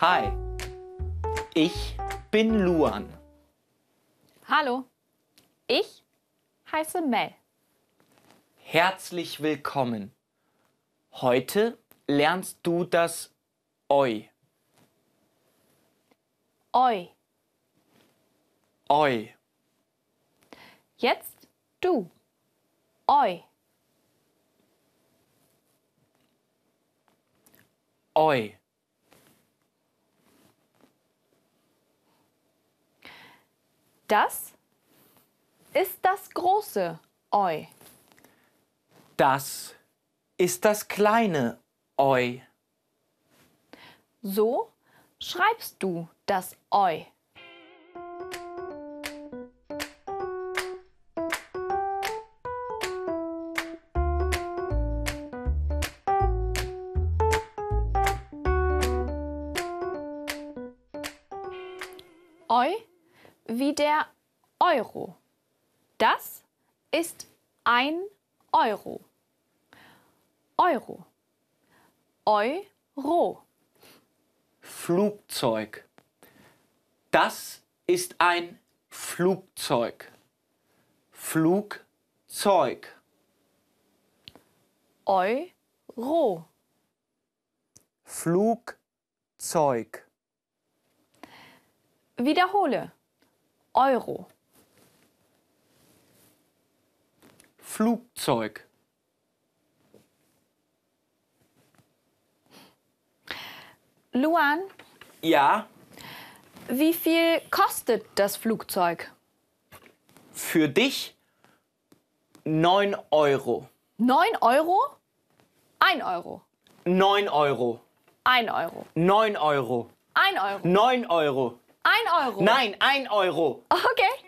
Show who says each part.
Speaker 1: Hi, ich bin Luan.
Speaker 2: Hallo, ich heiße Mel.
Speaker 1: Herzlich willkommen. Heute lernst du das Oi.
Speaker 2: Oi,
Speaker 1: Oi.
Speaker 2: jetzt du. Oi,
Speaker 1: Oi.
Speaker 2: das ist das große Oi.
Speaker 1: Das ist das kleine Oi.
Speaker 2: So schreibst du das Oi. Oi wie der Euro. Das ist ein Euro. Euro. Euro.
Speaker 1: Flugzeug. Das ist ein Flugzeug. Flugzeug.
Speaker 2: Euro.
Speaker 1: Flugzeug.
Speaker 2: Wiederhole. Euro.
Speaker 1: Flugzeug.
Speaker 2: Luan,
Speaker 1: Ja,
Speaker 2: wie viel kostet das Flugzeug?
Speaker 1: für dich 9 Euro.
Speaker 2: 9 Euro? 1 Euro.
Speaker 1: 9 Euro.
Speaker 2: 1 Euro.
Speaker 1: 9 Euro.
Speaker 2: 1 Euro.
Speaker 1: 9 Euro.
Speaker 2: 1 Euro.
Speaker 1: Nein, 1 Euro.
Speaker 2: Okay.